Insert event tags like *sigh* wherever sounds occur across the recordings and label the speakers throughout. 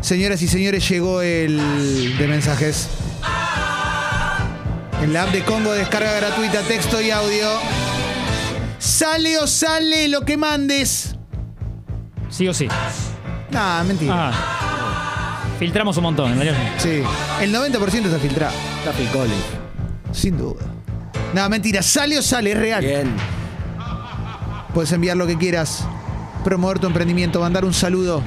Speaker 1: Señoras y señores, llegó el de mensajes. En la app de Congo, descarga gratuita, texto y audio. Sale o sale lo que mandes.
Speaker 2: Sí o sí.
Speaker 1: Nah, mentira.
Speaker 2: Ah. Filtramos un montón, en realidad.
Speaker 1: Sí. El 90% está filtrado.
Speaker 3: Tapi Collins.
Speaker 1: Sin duda. Nada, mentira. Sale o sale, es real.
Speaker 3: Bien.
Speaker 1: Puedes enviar lo que quieras, promover tu emprendimiento, mandar un saludo.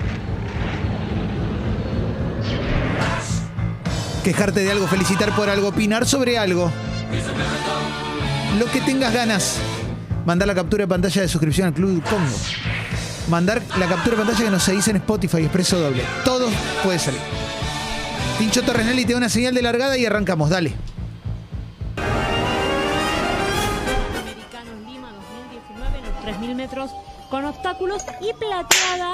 Speaker 1: Quejarte de algo, felicitar por algo, opinar sobre algo. Lo que tengas ganas. Mandar la captura de pantalla de suscripción al Club Congo. Mandar la captura de pantalla que nos se dice en Spotify, expreso doble. Todo puede salir. Tincho Torres Nelly te da una señal de largada y arrancamos. Dale.
Speaker 4: Americanos Lima 2019 en los 3.000 metros con obstáculos y plateada.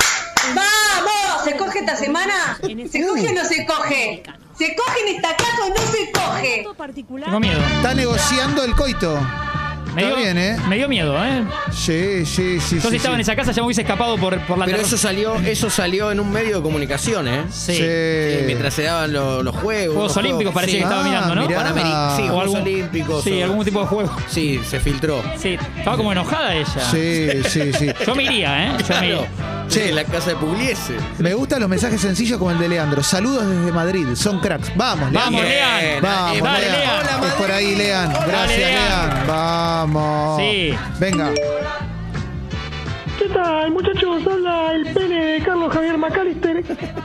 Speaker 4: en-
Speaker 5: ¡Vamos! ¿Se coge esta semana?
Speaker 4: En este
Speaker 5: ¿Se coge o no se coge? ¿Se coge en esta casa o no se coge?
Speaker 4: momento particular.
Speaker 2: Tengo miedo.
Speaker 1: Está negociando el coito.
Speaker 2: Me
Speaker 1: Está
Speaker 2: dio,
Speaker 1: bien, ¿eh?
Speaker 2: Me dio miedo, ¿eh?
Speaker 1: Sí, sí, sí.
Speaker 2: Yo
Speaker 1: sí,
Speaker 2: si
Speaker 1: sí.
Speaker 2: estaba en esa casa ya me hubiese escapado por, por la
Speaker 3: Pero
Speaker 2: terraza.
Speaker 3: eso salió, eso salió en un medio de comunicación, ¿eh?
Speaker 2: Sí.
Speaker 3: Eh, mientras se daban lo- los juegos.
Speaker 2: Juegos
Speaker 3: los
Speaker 2: Olímpicos parecía que
Speaker 1: Ah,
Speaker 2: estaba mirando, ¿no?
Speaker 1: mirá.
Speaker 3: Panameri- sí,
Speaker 1: O
Speaker 2: O
Speaker 3: Juegos
Speaker 2: algún-
Speaker 3: Olímpicos.
Speaker 2: Sí,
Speaker 3: o-
Speaker 2: algún tipo de juego.
Speaker 3: Sí, se filtró.
Speaker 2: Sí, estaba como enojada ella.
Speaker 1: Sí, sí, sí.
Speaker 2: Yo me iría, ¿eh? Yo me
Speaker 3: Claro.
Speaker 2: iría.
Speaker 3: Sí, la casa de Pugliese.
Speaker 1: Me gustan los mensajes sencillos como el de Leandro. Saludos desde Madrid, son cracks. Vamos, Leandro.
Speaker 2: Vamos,
Speaker 3: Bien. eh,
Speaker 2: Lean.
Speaker 1: Vamos,
Speaker 2: Dale,
Speaker 1: Lean.
Speaker 2: Lean.
Speaker 1: Es por ahí, Lean. Gracias,
Speaker 2: Lean.
Speaker 1: Lean. Vamos.
Speaker 2: Sí.
Speaker 1: Venga.
Speaker 6: ¿Qué tal, muchachos? Habla el pene de Carlos Javier Macalister.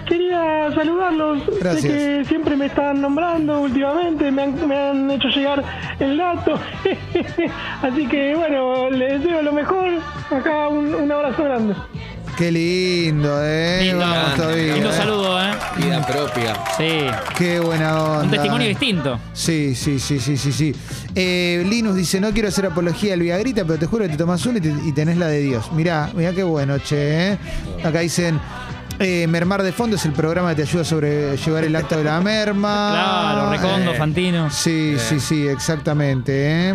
Speaker 6: Quería saludarlos.
Speaker 1: Gracias.
Speaker 6: Sé que siempre me están nombrando últimamente, me han, me han hecho llegar el dato. *laughs* Así que, bueno, les deseo lo mejor. Acá un, un abrazo grande.
Speaker 1: Qué lindo, eh.
Speaker 2: Lindo,
Speaker 1: Vamos todavía,
Speaker 2: lindo
Speaker 1: eh.
Speaker 2: saludo, ¿eh?
Speaker 3: Vida propia.
Speaker 2: Sí.
Speaker 1: Qué buena onda.
Speaker 2: Un testimonio
Speaker 1: eh.
Speaker 2: distinto.
Speaker 1: Sí, sí, sí, sí, sí, sí. Eh, Linus dice, no quiero hacer apología al Viagrita, pero te juro que te tomás uno y, te- y tenés la de Dios. Mirá, mirá qué bueno, che. ¿eh? Acá dicen, eh, Mermar de Fondo es el programa que te ayuda a sobrellevar el acto de la merma.
Speaker 2: Claro, Recondo,
Speaker 1: Eh,
Speaker 2: Fantino.
Speaker 1: Sí, sí, sí, exactamente. ¿eh?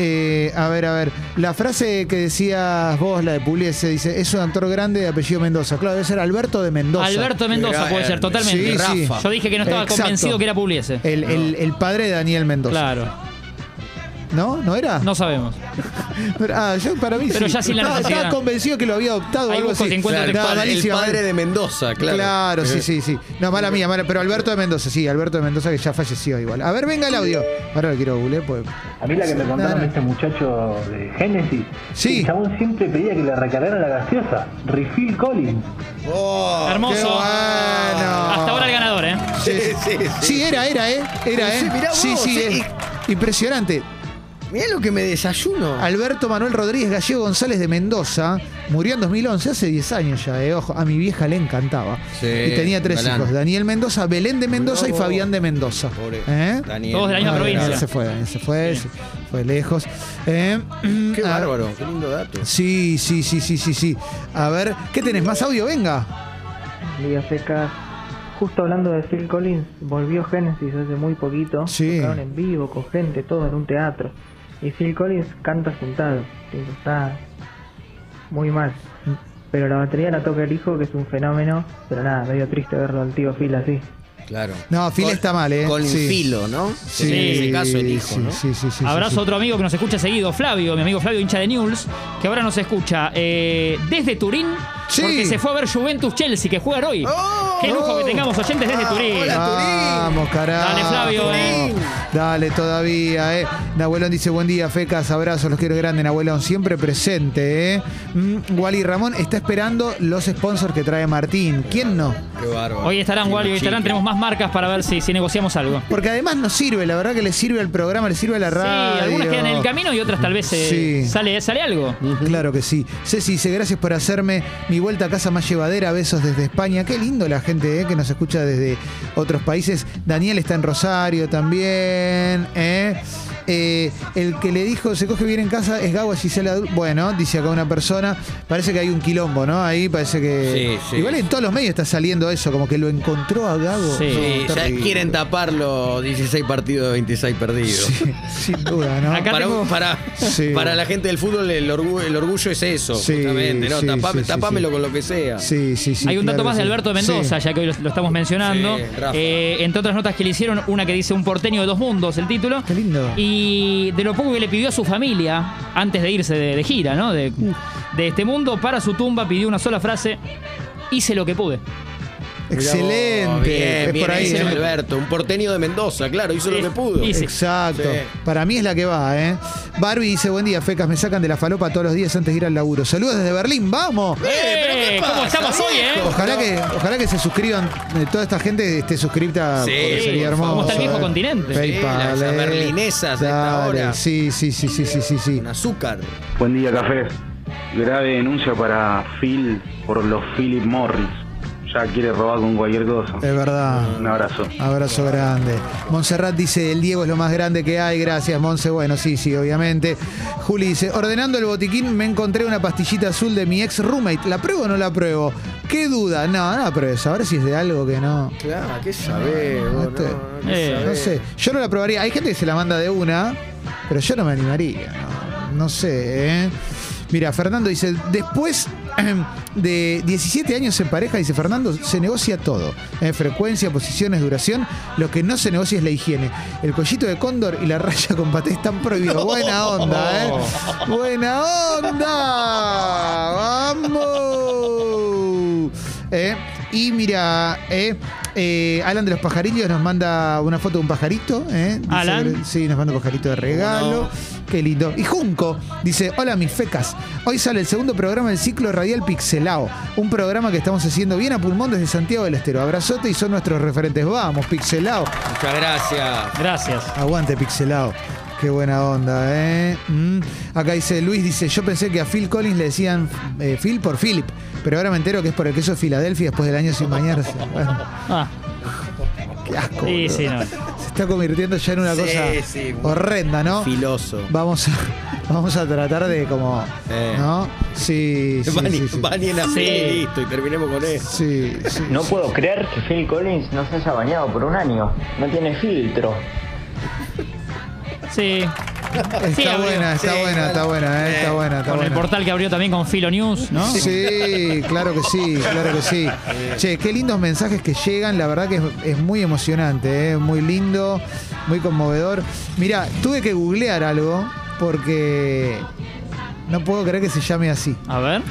Speaker 1: Eh, a ver, a ver. La frase que decías vos, la de Puliese, dice, es un actor grande de apellido Mendoza. Claro, debe ser Alberto de Mendoza.
Speaker 2: Alberto Mendoza
Speaker 3: Gran.
Speaker 2: puede ser, totalmente.
Speaker 1: Sí, sí.
Speaker 2: Yo dije que no estaba
Speaker 1: Exacto.
Speaker 2: convencido que era Publiese.
Speaker 1: El, el- el padre de Daniel Mendoza.
Speaker 2: Claro,
Speaker 1: ¿No? ¿No era?
Speaker 2: no sabemos.
Speaker 1: Pero- Ah, yo para mí
Speaker 2: Pero
Speaker 1: sí.
Speaker 2: ya sin la
Speaker 1: estaba,
Speaker 2: necesidad.
Speaker 1: estaba convencido que lo había adoptado o
Speaker 2: Ahí
Speaker 1: algo
Speaker 2: busco
Speaker 1: así.
Speaker 2: si encuentro
Speaker 1: Claro,
Speaker 2: el
Speaker 1: no,
Speaker 2: padre-
Speaker 3: El
Speaker 1: malísima,
Speaker 3: padre
Speaker 2: eh.
Speaker 1: mal-
Speaker 3: de Mendoza, claro.
Speaker 1: Claro, sí,
Speaker 3: Eh,
Speaker 1: sí, sí. No, mala mía, mala. Pero Alberto de Mendoza, sí, Alberto de Mendoza que ya falleció igual. A ver, venga el audio. Ahora lo quiero googlear, pues.
Speaker 7: A mí la que me contaron
Speaker 1: Nah.
Speaker 7: de este muchacho de Genesis,
Speaker 1: Sí.
Speaker 7: el chabón siempre pedía que le recargara la gaseosa. Refill Collins.
Speaker 1: Oh, qué
Speaker 2: Hermoso.
Speaker 1: bueno.
Speaker 2: Hasta ahora el ganador, ¿eh?
Speaker 1: Sí, sí, Sí, era, era, ¿eh? Era,
Speaker 3: Sí,
Speaker 1: ¿eh?
Speaker 3: mirá vos,
Speaker 1: Sí, sí,
Speaker 3: sí.
Speaker 1: eh. Impresionante.
Speaker 3: Mirá lo que me desayuno.
Speaker 1: Alberto Manuel Rodríguez Gallego González de Mendoza murió en 2011, hace 10 años ya, eh, ojo, a mi vieja le encantaba.
Speaker 3: Sí,
Speaker 1: y tenía tres
Speaker 3: galán.
Speaker 1: hijos, Daniel Mendoza, Belén de Mendoza y
Speaker 3: vos.
Speaker 1: Fabián de Mendoza.
Speaker 3: Pobre
Speaker 1: ¿Eh?
Speaker 3: Daniel.
Speaker 2: Todos de la misma
Speaker 1: Ah,
Speaker 2: provincia.
Speaker 1: Se fue, Daniel, se fue, se fue lejos. Eh,
Speaker 3: Qué
Speaker 1: a-
Speaker 3: bárbaro, qué lindo dato.
Speaker 1: Sí, sí, sí, sí, sí, sí. A ver, ¿qué tenés? ¿Más audio? Venga.
Speaker 8: Liga Seca. Justo hablando de Phil Collins, volvió Genesis hace muy poquito.
Speaker 1: Sí.
Speaker 8: Tocaron en vivo, con gente, todo en un teatro. Y Phil Collins canta sentado. Tipo, Está muy mal. Pero la batería la toca el hijo, que es un fenómeno. Pero nada, medio triste verlo al tío Phil así.
Speaker 3: Claro.
Speaker 1: No, Phil
Speaker 3: Con-
Speaker 1: está mal, ¿eh?
Speaker 3: Con
Speaker 1: Sí.
Speaker 3: filo, ¿no?
Speaker 1: Sí,
Speaker 3: En ese caso, el hijo,
Speaker 1: sí,
Speaker 3: ¿no?
Speaker 1: sí, sí, sí, sí,
Speaker 2: Abrazo
Speaker 1: sí.
Speaker 2: a otro amigo que nos escucha seguido, Flavio, mi amigo Flavio, hincha de News, que ahora nos escucha eh, desde Turín,
Speaker 1: Sí. Oh.
Speaker 2: porque se fue a ver Juventus Chelsea, que juega hoy. ¡Qué lujo que tengamos oyentes
Speaker 1: Ah,
Speaker 2: desde Turín!
Speaker 1: Vamos, carajo.
Speaker 2: Dale, Flavio, eh.
Speaker 1: Dale todavía, eh. Nahuelón dice, buen día, fecas, abrazos, los quiero grande, Nahuelón, siempre presente, eh. Mm, Wally Ramón está esperando los sponsors que trae Martín. ¿Quién no?
Speaker 3: Qué bárbaro.
Speaker 2: Hoy estarán,
Speaker 3: Qué
Speaker 2: Wally, hoy
Speaker 3: machito.
Speaker 2: estarán, tenemos más marcas para ver si, si negociamos algo.
Speaker 1: Porque además nos sirve, la verdad que le sirve al programa, le sirve a la radio.
Speaker 2: Sí, algunas quedan en el camino y otras tal vez eh,
Speaker 1: Sí.
Speaker 2: sale, sale algo.
Speaker 1: Claro que sí. Ceci dice, gracias por hacerme mi vuelta a casa más llevadera. Besos desde España. Qué lindo la gente eh, que nos escucha desde otros países. Daniel está en Rosario también. eh. Eh, el que le dijo se coge bien en casa es Gawa Gisela. Dul- Bueno, dice acá una persona. Parece que hay un quilombo, ¿no? Ahí parece que.
Speaker 3: Sí, sí.
Speaker 1: Igual en todos los medios está saliendo eso, como que lo encontró a Gago.
Speaker 2: Sí.
Speaker 3: Sí,
Speaker 1: No,
Speaker 3: ya
Speaker 1: terrible.
Speaker 3: quieren tapar los 16 partidos de 26 perdidos.
Speaker 1: Sí, sin duda, ¿no?
Speaker 2: Acá-
Speaker 3: Para,
Speaker 2: tengo-
Speaker 3: un- para,
Speaker 1: Sí.
Speaker 3: para la gente del fútbol el orgu- el orgullo, es eso,
Speaker 1: Sí,
Speaker 3: justamente, ¿no?
Speaker 1: sí,
Speaker 3: Tapame-
Speaker 1: sí, sí,
Speaker 3: tapámelo
Speaker 1: sí.
Speaker 3: con lo que sea.
Speaker 1: Sí, sí, sí.
Speaker 2: Hay un dato
Speaker 1: claro
Speaker 2: más de
Speaker 1: que sí.
Speaker 2: Alberto Mendoza,
Speaker 1: Sí.
Speaker 2: ya que hoy lo, lo estamos mencionando.
Speaker 3: Sí, Rafa.
Speaker 2: Eh, entre otras notas que le hicieron, una que dice Un porteño de dos mundos, el título.
Speaker 1: Qué lindo.
Speaker 2: Y de lo poco que le pidió a su familia, antes de irse de, de gira, ¿no? De, de este mundo, para su tumba pidió una sola frase. Hice lo que pude.
Speaker 1: Excelente.
Speaker 3: Bien,
Speaker 1: es
Speaker 3: bien,
Speaker 1: por ahí.
Speaker 3: ese
Speaker 1: ¿eh?
Speaker 3: Alberto, un porteño de Mendoza, claro, hizo
Speaker 2: Sí.
Speaker 3: lo que pudo. Eh,
Speaker 2: Y sí.
Speaker 1: Exacto.
Speaker 3: Sí.
Speaker 1: Para mí es la que va, ¿eh? Barbie dice, buen día, fecas, me sacan de la falopa todos los días antes de ir al laburo. Saludos desde Berlín, vamos.
Speaker 3: pero ¿qué
Speaker 2: Eh, ¿Cómo
Speaker 3: pasa,
Speaker 2: estamos hoy, eh?
Speaker 3: viejo?
Speaker 1: Ojalá que, ojalá que se suscriban, eh, toda esta gente esté suscripta,
Speaker 3: Sí,
Speaker 1: porque sería
Speaker 2: por
Speaker 1: hermoso.
Speaker 2: favor. Como está el viejo
Speaker 1: ¿eh?
Speaker 2: continente.
Speaker 3: Sí, las- las
Speaker 1: eh.
Speaker 3: berlinesas a esta
Speaker 1: Dale,
Speaker 3: hora.
Speaker 1: Sí, sí, sí, sí, sí, sí, sí.
Speaker 3: Un azúcar.
Speaker 9: Buen día, café. Grave denuncia para Phil por los Philip Morris. Ya quiere robar con cualquier cosa.
Speaker 1: Es verdad.
Speaker 9: Un abrazo.
Speaker 1: Abrazo grande. Montserrat dice, el Diego es lo más grande que hay, gracias Monse. Bueno, sí, sí, obviamente. Juli dice, ordenando el botiquín me encontré una pastillita azul de mi ex roommate. ¿La pruebo o no la pruebo? ¿Qué duda? No, no la pruebes. A ver si es de algo que no.
Speaker 3: Claro, qué sabés,
Speaker 1: No,
Speaker 3: vos,
Speaker 1: este-
Speaker 3: no, no,
Speaker 2: Eh,
Speaker 3: qué
Speaker 1: No
Speaker 3: sabés.
Speaker 1: sé. Yo no la probaría. Hay gente que se la manda de una, pero yo no me animaría. No, No sé, ¿eh? Mira, Fernando dice, después *clears throat* de 17 años en pareja, dice Fernando, se negocia todo. ¿eh? frecuencia, posiciones, duración. Lo que no se negocia es la higiene. El collito de cóndor y la raya con paté están prohibidos. Buena onda, ¿eh? Buena onda. Vamos. ¿Eh? Y mira, ¿eh? Eh, Alan de los pajarillos nos manda una foto de un pajarito. ¿eh? Dice-
Speaker 2: Alan.
Speaker 1: Sí, nos manda un pajarito de regalo. Qué lindo. Y Junco dice, hola mis fecas. Hoy sale el segundo programa del ciclo radial Pixelao. Un programa que estamos haciendo bien a pulmón desde Santiago del Estero. Abrazote y son nuestros referentes. Vamos, Pixelao.
Speaker 3: Muchas gracias.
Speaker 2: Gracias.
Speaker 1: Aguante, Pixelao. Qué buena onda, ¿eh? Mm. Acá dice Luis, dice, yo pensé que a Phil Collins le decían eh, Phil por Philip, pero ahora me entero que es por el queso de Filadelfia después del año sin bañarse. Bueno,
Speaker 2: Ah,
Speaker 1: qué asco.
Speaker 2: sí,
Speaker 1: boludo.
Speaker 2: sí, no.
Speaker 1: Se está convirtiendo ya en una
Speaker 3: Sí,
Speaker 1: cosa
Speaker 3: sí.
Speaker 1: horrenda, ¿no?
Speaker 3: Filoso.
Speaker 1: Vamos a, *laughs* vamos a tratar de como...
Speaker 3: Eh.
Speaker 1: ¿No? Sí, sí,
Speaker 3: Van y-
Speaker 1: sí, sí.
Speaker 3: van y en así,
Speaker 2: Sí.
Speaker 3: listo, y terminemos con eso.
Speaker 1: Sí, sí,
Speaker 7: No
Speaker 1: sí.
Speaker 7: puedo creer que Phil Collins no se haya bañado por un año. No tiene filtro.
Speaker 2: Sí. Sí,
Speaker 1: Está
Speaker 2: abrió.
Speaker 1: buena, está
Speaker 3: Sí,
Speaker 1: buena, está buena, ¿eh? está buena, está
Speaker 2: Con el
Speaker 1: buena.
Speaker 2: portal que abrió también con Filo News, ¿no?
Speaker 1: Sí, claro que sí, claro que sí. Che, qué lindos mensajes que llegan, la verdad que es, es muy emocionante, ¿eh? muy lindo, muy conmovedor. Mira, tuve que googlear algo porque no puedo creer que se llame así.
Speaker 2: A ver.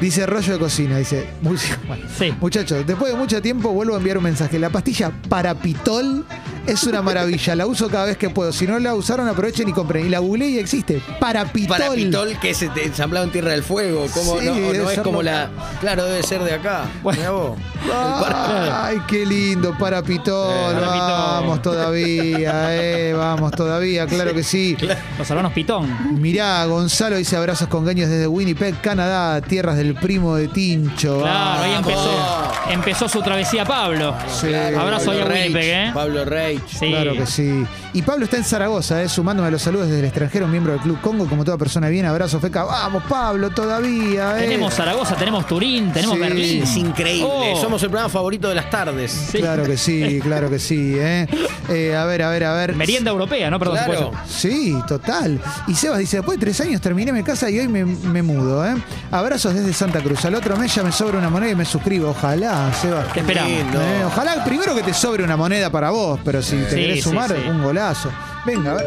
Speaker 1: Dice rollo de cocina, dice. mu- *laughs* bueno.
Speaker 2: Sí.
Speaker 1: Muchachos, después de mucho tiempo vuelvo a enviar un mensaje. La pastilla Parapitol es una maravilla, la uso cada vez que puedo. Si no la usaron, aprovechen y compren. Y la googleé y existe. Parapitol.
Speaker 3: Para Pitol, que es este, ensamblado en Tierra del Fuego. como
Speaker 1: Sí,
Speaker 3: no, O
Speaker 1: debe
Speaker 3: no es
Speaker 1: ser
Speaker 3: como
Speaker 1: local.
Speaker 3: la. Claro, debe ser de acá.
Speaker 2: Bueno.
Speaker 3: Mirá vos. El par-
Speaker 1: Ay, qué lindo, para Pitol,
Speaker 2: Eh, para
Speaker 1: vamos
Speaker 2: Pitol.
Speaker 1: todavía, eh, vamos todavía, claro que sí.
Speaker 2: Los hermanos Pitón.
Speaker 1: Mirá, Gonzalo dice abrazos con gaños desde Winnipeg, Canadá, tierras del primo de Tincho. Ah,
Speaker 2: Claro, ahí
Speaker 1: vamos.
Speaker 2: empezó. Empezó su travesía Pablo.
Speaker 1: Sí.
Speaker 2: Abrazo ahí a
Speaker 3: Pablo Reich,
Speaker 2: Winnipeg, ¿eh?
Speaker 3: Pablo Reich.
Speaker 2: Sí.
Speaker 1: Claro que sí. Y Pablo está en Zaragoza, eh, sumándome a los saludos desde el extranjero, miembro del Club Congo, como toda persona bien, abrazo feca. Vamos, Pablo, todavía. eh.
Speaker 2: Tenemos Zaragoza, tenemos Turín, tenemos
Speaker 1: Sí.
Speaker 2: Berlín.
Speaker 3: Es increíble.
Speaker 2: Oh.
Speaker 3: Somos el programa favorito de las tardes.
Speaker 1: *laughs*
Speaker 2: Sí.
Speaker 1: Claro que sí, claro que sí. eh. Eh, a ver, a ver, a ver.
Speaker 2: Merienda europea, ¿no? Perdón,
Speaker 3: Claro.
Speaker 2: se puede hacer.
Speaker 1: Sí, total. Y Sebas dice, después de tres años terminé mi casa y hoy me, me mudo, ¿eh? Abrazos desde Santa Cruz. Al otro mes ya me sobra una moneda y me suscribo. Ojalá, Sebas.
Speaker 2: Te esperamos.
Speaker 3: Lindo.
Speaker 1: Eh, ojalá primero que te sobre una moneda para vos, pero si te
Speaker 2: Sí,
Speaker 1: querés
Speaker 2: sí,
Speaker 1: sumar,
Speaker 2: sí.
Speaker 1: un golazo. Venga, a ver.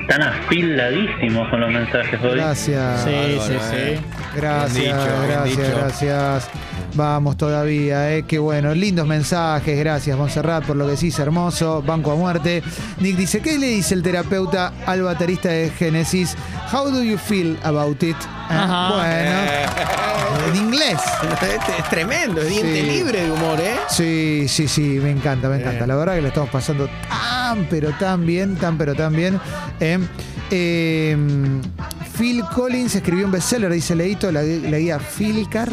Speaker 7: Están afiladísimos con los mensajes hoy.
Speaker 1: Gracias.
Speaker 2: Sí, sí,
Speaker 3: Bárbaro,
Speaker 2: sí.
Speaker 3: eh.
Speaker 1: Gracias,
Speaker 3: Bien dicho, bien
Speaker 1: gracias,
Speaker 3: dicho.
Speaker 1: gracias. Vamos todavía, eh, qué bueno. Lindos mensajes, gracias Monserrat por lo que decís, hermoso. Banco a muerte. Nick dice, ¿qué le dice el terapeuta al baterista de Genesis? How do you feel about it? Eh,
Speaker 2: Ajá.
Speaker 3: Eh.
Speaker 1: bueno, en inglés.
Speaker 3: Este es tremendo, es diente
Speaker 1: Sí.
Speaker 3: libre de humor, ¿eh?
Speaker 1: Sí, sí, sí, me encanta, me encanta. La verdad que lo estamos pasando tan, pero tan bien, tan, pero tan bien. Eh, eh, Phil Collins escribió un bestseller, dice Leito, la, la guía Philcar.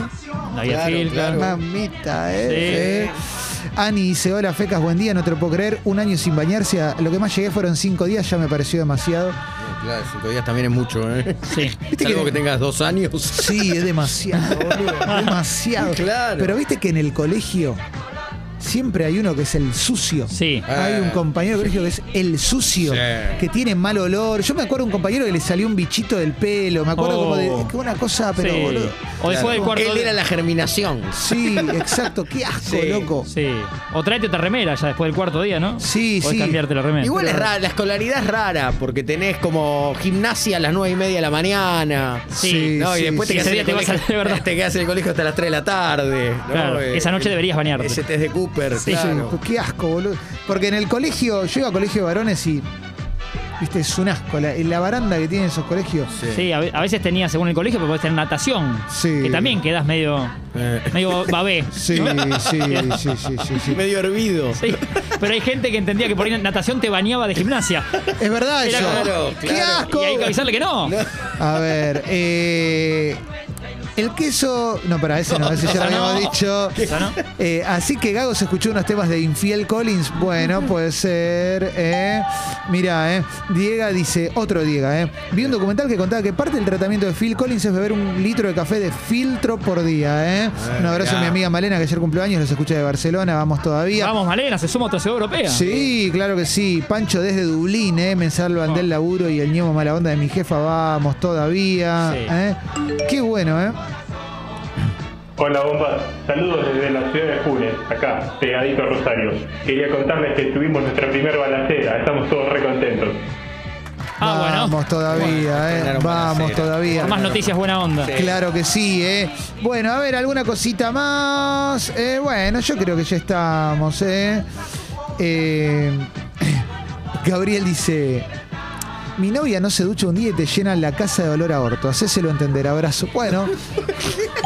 Speaker 2: Nadia
Speaker 3: Claro,
Speaker 2: Filca.
Speaker 3: claro.
Speaker 1: Mamita, eh.
Speaker 2: Sí.
Speaker 1: eh. Ani dice, hola fecas, buen día, no te lo puedo creer. Un año sin bañarse, a- lo que más llegué fueron cinco días, ya me pareció demasiado.
Speaker 3: Claro, cinco días también es mucho,
Speaker 1: *laughs*
Speaker 3: ¿eh?
Speaker 2: Sí.
Speaker 3: Salvo
Speaker 1: que-
Speaker 3: que tengas dos años.
Speaker 1: Sí, es
Speaker 3: *laughs*
Speaker 1: demasiado, boludo. demasiado.
Speaker 3: Claro.
Speaker 1: Pero viste que en el colegio siempre hay uno que es el sucio.
Speaker 2: Sí.
Speaker 1: Hay un
Speaker 3: Eh.
Speaker 1: compañero de colegio que es el sucio,
Speaker 3: Sí.
Speaker 1: que tiene mal olor. Yo me acuerdo de un compañero que le salió un bichito del pelo. Me acuerdo como de.
Speaker 2: Oh.
Speaker 1: es que una
Speaker 3: Ah,
Speaker 1: cosa, pero
Speaker 2: Sí.
Speaker 1: boludo.
Speaker 2: O después del cuarto.
Speaker 3: Él
Speaker 2: de-
Speaker 3: era la germinación.
Speaker 1: Sí, exacto. Qué asco,
Speaker 3: Sí.
Speaker 1: loco.
Speaker 2: Sí. O tráete otra remera ya después del cuarto día, ¿no?
Speaker 1: Sí,
Speaker 2: Podés
Speaker 1: sí.
Speaker 2: cambiarte la remera.
Speaker 3: Igual es rara, la escolaridad es rara, porque tenés como gimnasia a las nueve y media de la mañana.
Speaker 2: Sí.
Speaker 3: No, y
Speaker 1: sí,
Speaker 3: después
Speaker 2: sí.
Speaker 3: te,
Speaker 2: Ese
Speaker 3: quedás en
Speaker 2: día
Speaker 3: el
Speaker 2: te vas
Speaker 3: colegio-
Speaker 2: a- de verdad.
Speaker 3: *laughs* te quedas en el colegio hasta las 3 de la tarde. ¿no?
Speaker 2: Claro,
Speaker 3: Eh,
Speaker 2: esa noche
Speaker 3: el-
Speaker 2: deberías bañarte.
Speaker 3: Ese test de Cooper,
Speaker 1: Sí,
Speaker 3: claro.
Speaker 1: yo- qué asco, boludo. Porque en el colegio, yo iba a colegio de varones y. Viste, es un asco. La, la baranda que tienen esos colegios.
Speaker 2: Sí, a, ve- a veces tenías, según el colegio, pero podés tener natación.
Speaker 1: Sí.
Speaker 2: Que también quedás medio,
Speaker 3: Eh,
Speaker 2: medio
Speaker 3: *laughs*
Speaker 2: babé.
Speaker 1: Sí, sí, sí, sí, sí, sí.
Speaker 3: medio hervido.
Speaker 2: Sí. Pero hay gente que entendía que por ahí natación te bañaba de gimnasia.
Speaker 1: Es verdad
Speaker 2: Era
Speaker 1: eso.
Speaker 3: como-
Speaker 1: ¡Qué
Speaker 3: claro.
Speaker 1: asco!
Speaker 2: Y hay que avisarle que no.
Speaker 1: A ver, eh, el queso. No, para ese no, ese ya lo
Speaker 2: Esa no.
Speaker 1: habíamos dicho.
Speaker 2: Esa no.
Speaker 1: Eh, así que Gago se escuchó unos temas de Infiel Collins. Bueno, puede ser. Eh. Mira, eh. Diega dice, otro Diega, eh. Vi un documental que contaba que parte del tratamiento de Phil Collins es beber un litro de café de filtro por día, eh. Un abrazo a mi
Speaker 3: mirá.
Speaker 1: amiga Malena que ayer cumpleaños, los escucha de Barcelona, vamos todavía.
Speaker 2: Vamos, Malena, se suma otra ciudad europea.
Speaker 1: Sí, claro que sí. Pancho desde Dublín, ¿eh? Me salvan del
Speaker 2: Ah.
Speaker 1: laburo y el ñemo mala onda de mi jefa. Vamos todavía.
Speaker 2: Sí.
Speaker 1: ¿eh? Qué bueno, ¿eh?
Speaker 10: Hola bomba, saludos desde la ciudad de Junes, acá, pegadito a Rosario. Quería contarles que tuvimos nuestra primera balacera, estamos todos re contentos.
Speaker 2: Ah, bueno.
Speaker 1: Vamos todavía, ¿eh?
Speaker 3: claro,
Speaker 1: Vamos
Speaker 3: balacera.
Speaker 1: todavía.
Speaker 2: Más noticias buena onda.
Speaker 1: Claro que sí, ¿eh? Bueno, a ver, alguna cosita más. Eh, bueno, yo creo que ya estamos, ¿eh? Eh, *clears throat* Gabriel dice... Mi novia no se ducha un día y te llena la casa de olor a orto. Hacéselo entender, abrazo. Bueno. *laughs*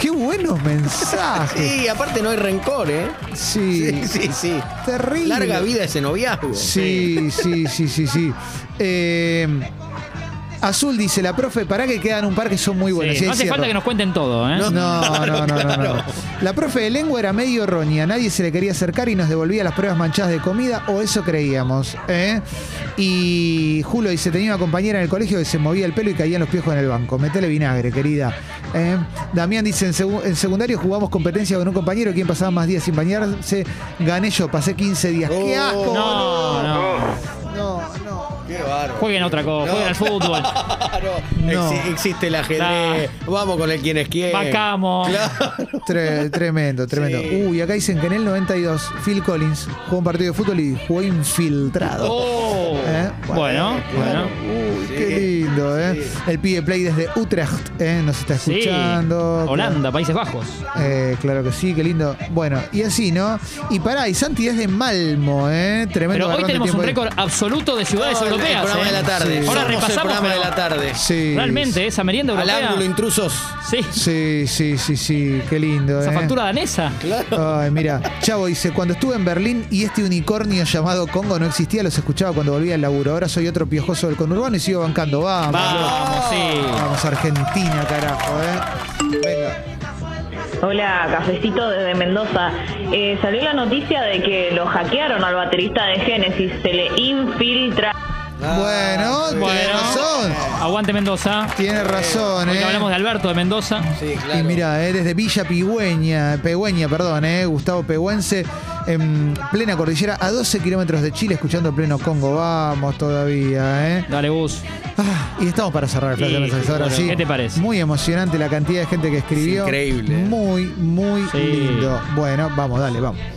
Speaker 1: Qué buenos mensajes.
Speaker 3: Sí, aparte no hay rencor, ¿eh?
Speaker 1: Sí.
Speaker 3: *laughs* Sí, sí, sí.
Speaker 1: Terrible.
Speaker 3: Larga vida ese noviazgo.
Speaker 1: Sí, sí, sí, sí, sí. Eh, Azul dice, la profe, pará que quedan un par que son muy
Speaker 2: Sí,
Speaker 1: buenas. Sí,
Speaker 2: no
Speaker 1: es
Speaker 2: hace falta
Speaker 1: cierto.
Speaker 2: que nos cuenten todo, ¿eh?
Speaker 1: No, no, no, no, no,
Speaker 3: claro.
Speaker 1: La profe de lengua era medio errónea, nadie se le quería acercar y nos devolvía las pruebas manchadas de comida, o eso creíamos. ¿eh? Y Julio dice, tenía una compañera en el colegio que se movía el pelo y caían los piojos en el banco. Metele vinagre, querida. ¿eh? Damián dice, en, segu- en secundario jugamos competencia con un compañero, quien pasaba más días sin bañarse, gané yo, pasé 15 días. ¡Qué
Speaker 3: Oh,
Speaker 1: asco!
Speaker 2: No, no.
Speaker 1: No, no.
Speaker 3: Qué bárbaro.
Speaker 2: Jueguen a otra cosa, jueguen
Speaker 1: *laughs*
Speaker 2: al fútbol.
Speaker 3: No,
Speaker 1: No.
Speaker 3: Exi- existe el ajedrez. Vamos con el quien es quien.
Speaker 2: Vacamos.
Speaker 3: Claro.
Speaker 1: Tre- tremendo, tremendo.
Speaker 3: Sí.
Speaker 1: Uy, acá dicen que en el 92 Phil Collins jugó un partido de fútbol y jugó infiltrado.
Speaker 2: Oh.
Speaker 1: ¿Eh?
Speaker 2: Bueno, bueno.
Speaker 1: Uy,
Speaker 3: Sí.
Speaker 1: qué lindo, ¿eh? El pibe Play desde Utrecht, ¿eh? Nos está
Speaker 2: Sí.
Speaker 1: escuchando.
Speaker 2: Holanda, Países Bajos.
Speaker 1: Eh, claro que sí, qué lindo. Bueno, y así, ¿no? Y pará, y Santi es de Malmo, ¿eh? Tremendo.
Speaker 2: Pero hoy
Speaker 1: garrón de
Speaker 2: tenemos un
Speaker 1: tiempo
Speaker 2: récord absoluto de ciudades
Speaker 3: *laughs* No, el- El
Speaker 2: europeas.
Speaker 3: programa
Speaker 2: ¿eh?
Speaker 3: de la tarde.
Speaker 1: Sí.
Speaker 2: Ahora
Speaker 3: Somos el
Speaker 2: repasamos,
Speaker 3: programa de
Speaker 2: pero-
Speaker 3: la tarde.
Speaker 1: ahí. Sí.
Speaker 2: Realmente, esa merienda
Speaker 3: Al
Speaker 2: europea.
Speaker 3: ángulo intrusos.
Speaker 2: Sí,
Speaker 1: Sí, sí, sí, sí, qué lindo.
Speaker 2: esa
Speaker 1: ¿eh?
Speaker 2: factura danesa.
Speaker 1: Ay, mira, Chavo dice, cuando estuve en Berlín y este unicornio llamado Congo no existía, los escuchaba cuando volvía al laburo. Ahora soy otro piojoso del conurbano y sigo bancando. Vamos.
Speaker 2: Vamos, sí.
Speaker 1: Vamos, Argentina, carajo, ¿eh? Venga.
Speaker 5: Hola, cafecito desde Mendoza. Eh, salió la noticia de que lo hackearon al baterista de Génesis. Se le infiltra.
Speaker 1: bueno, tiene
Speaker 2: Bueno.
Speaker 1: razón.
Speaker 2: Aguante Mendoza.
Speaker 1: Tiene razón,
Speaker 2: Hoy
Speaker 1: ¿eh?
Speaker 2: hablamos de Alberto de Mendoza.
Speaker 3: Sí, claro.
Speaker 1: Y mira, eh, desde Villa Pigüeña, Pegüeña, perdón, eh, Gustavo Pegüense, en plena cordillera, a 12 kilómetros de Chile, escuchando pleno Congo. Vamos todavía, ¿eh?
Speaker 2: Dale, Gus.
Speaker 1: Ah, y estamos para cerrar el flash de
Speaker 2: Y,
Speaker 1: mensajes ahora
Speaker 2: bueno,
Speaker 1: sí.
Speaker 2: ¿qué te parece?
Speaker 1: Muy emocionante la cantidad de gente que escribió.
Speaker 3: Es increíble.
Speaker 1: Muy, muy
Speaker 2: Sí.
Speaker 1: lindo. Bueno, vamos, dale, vamos.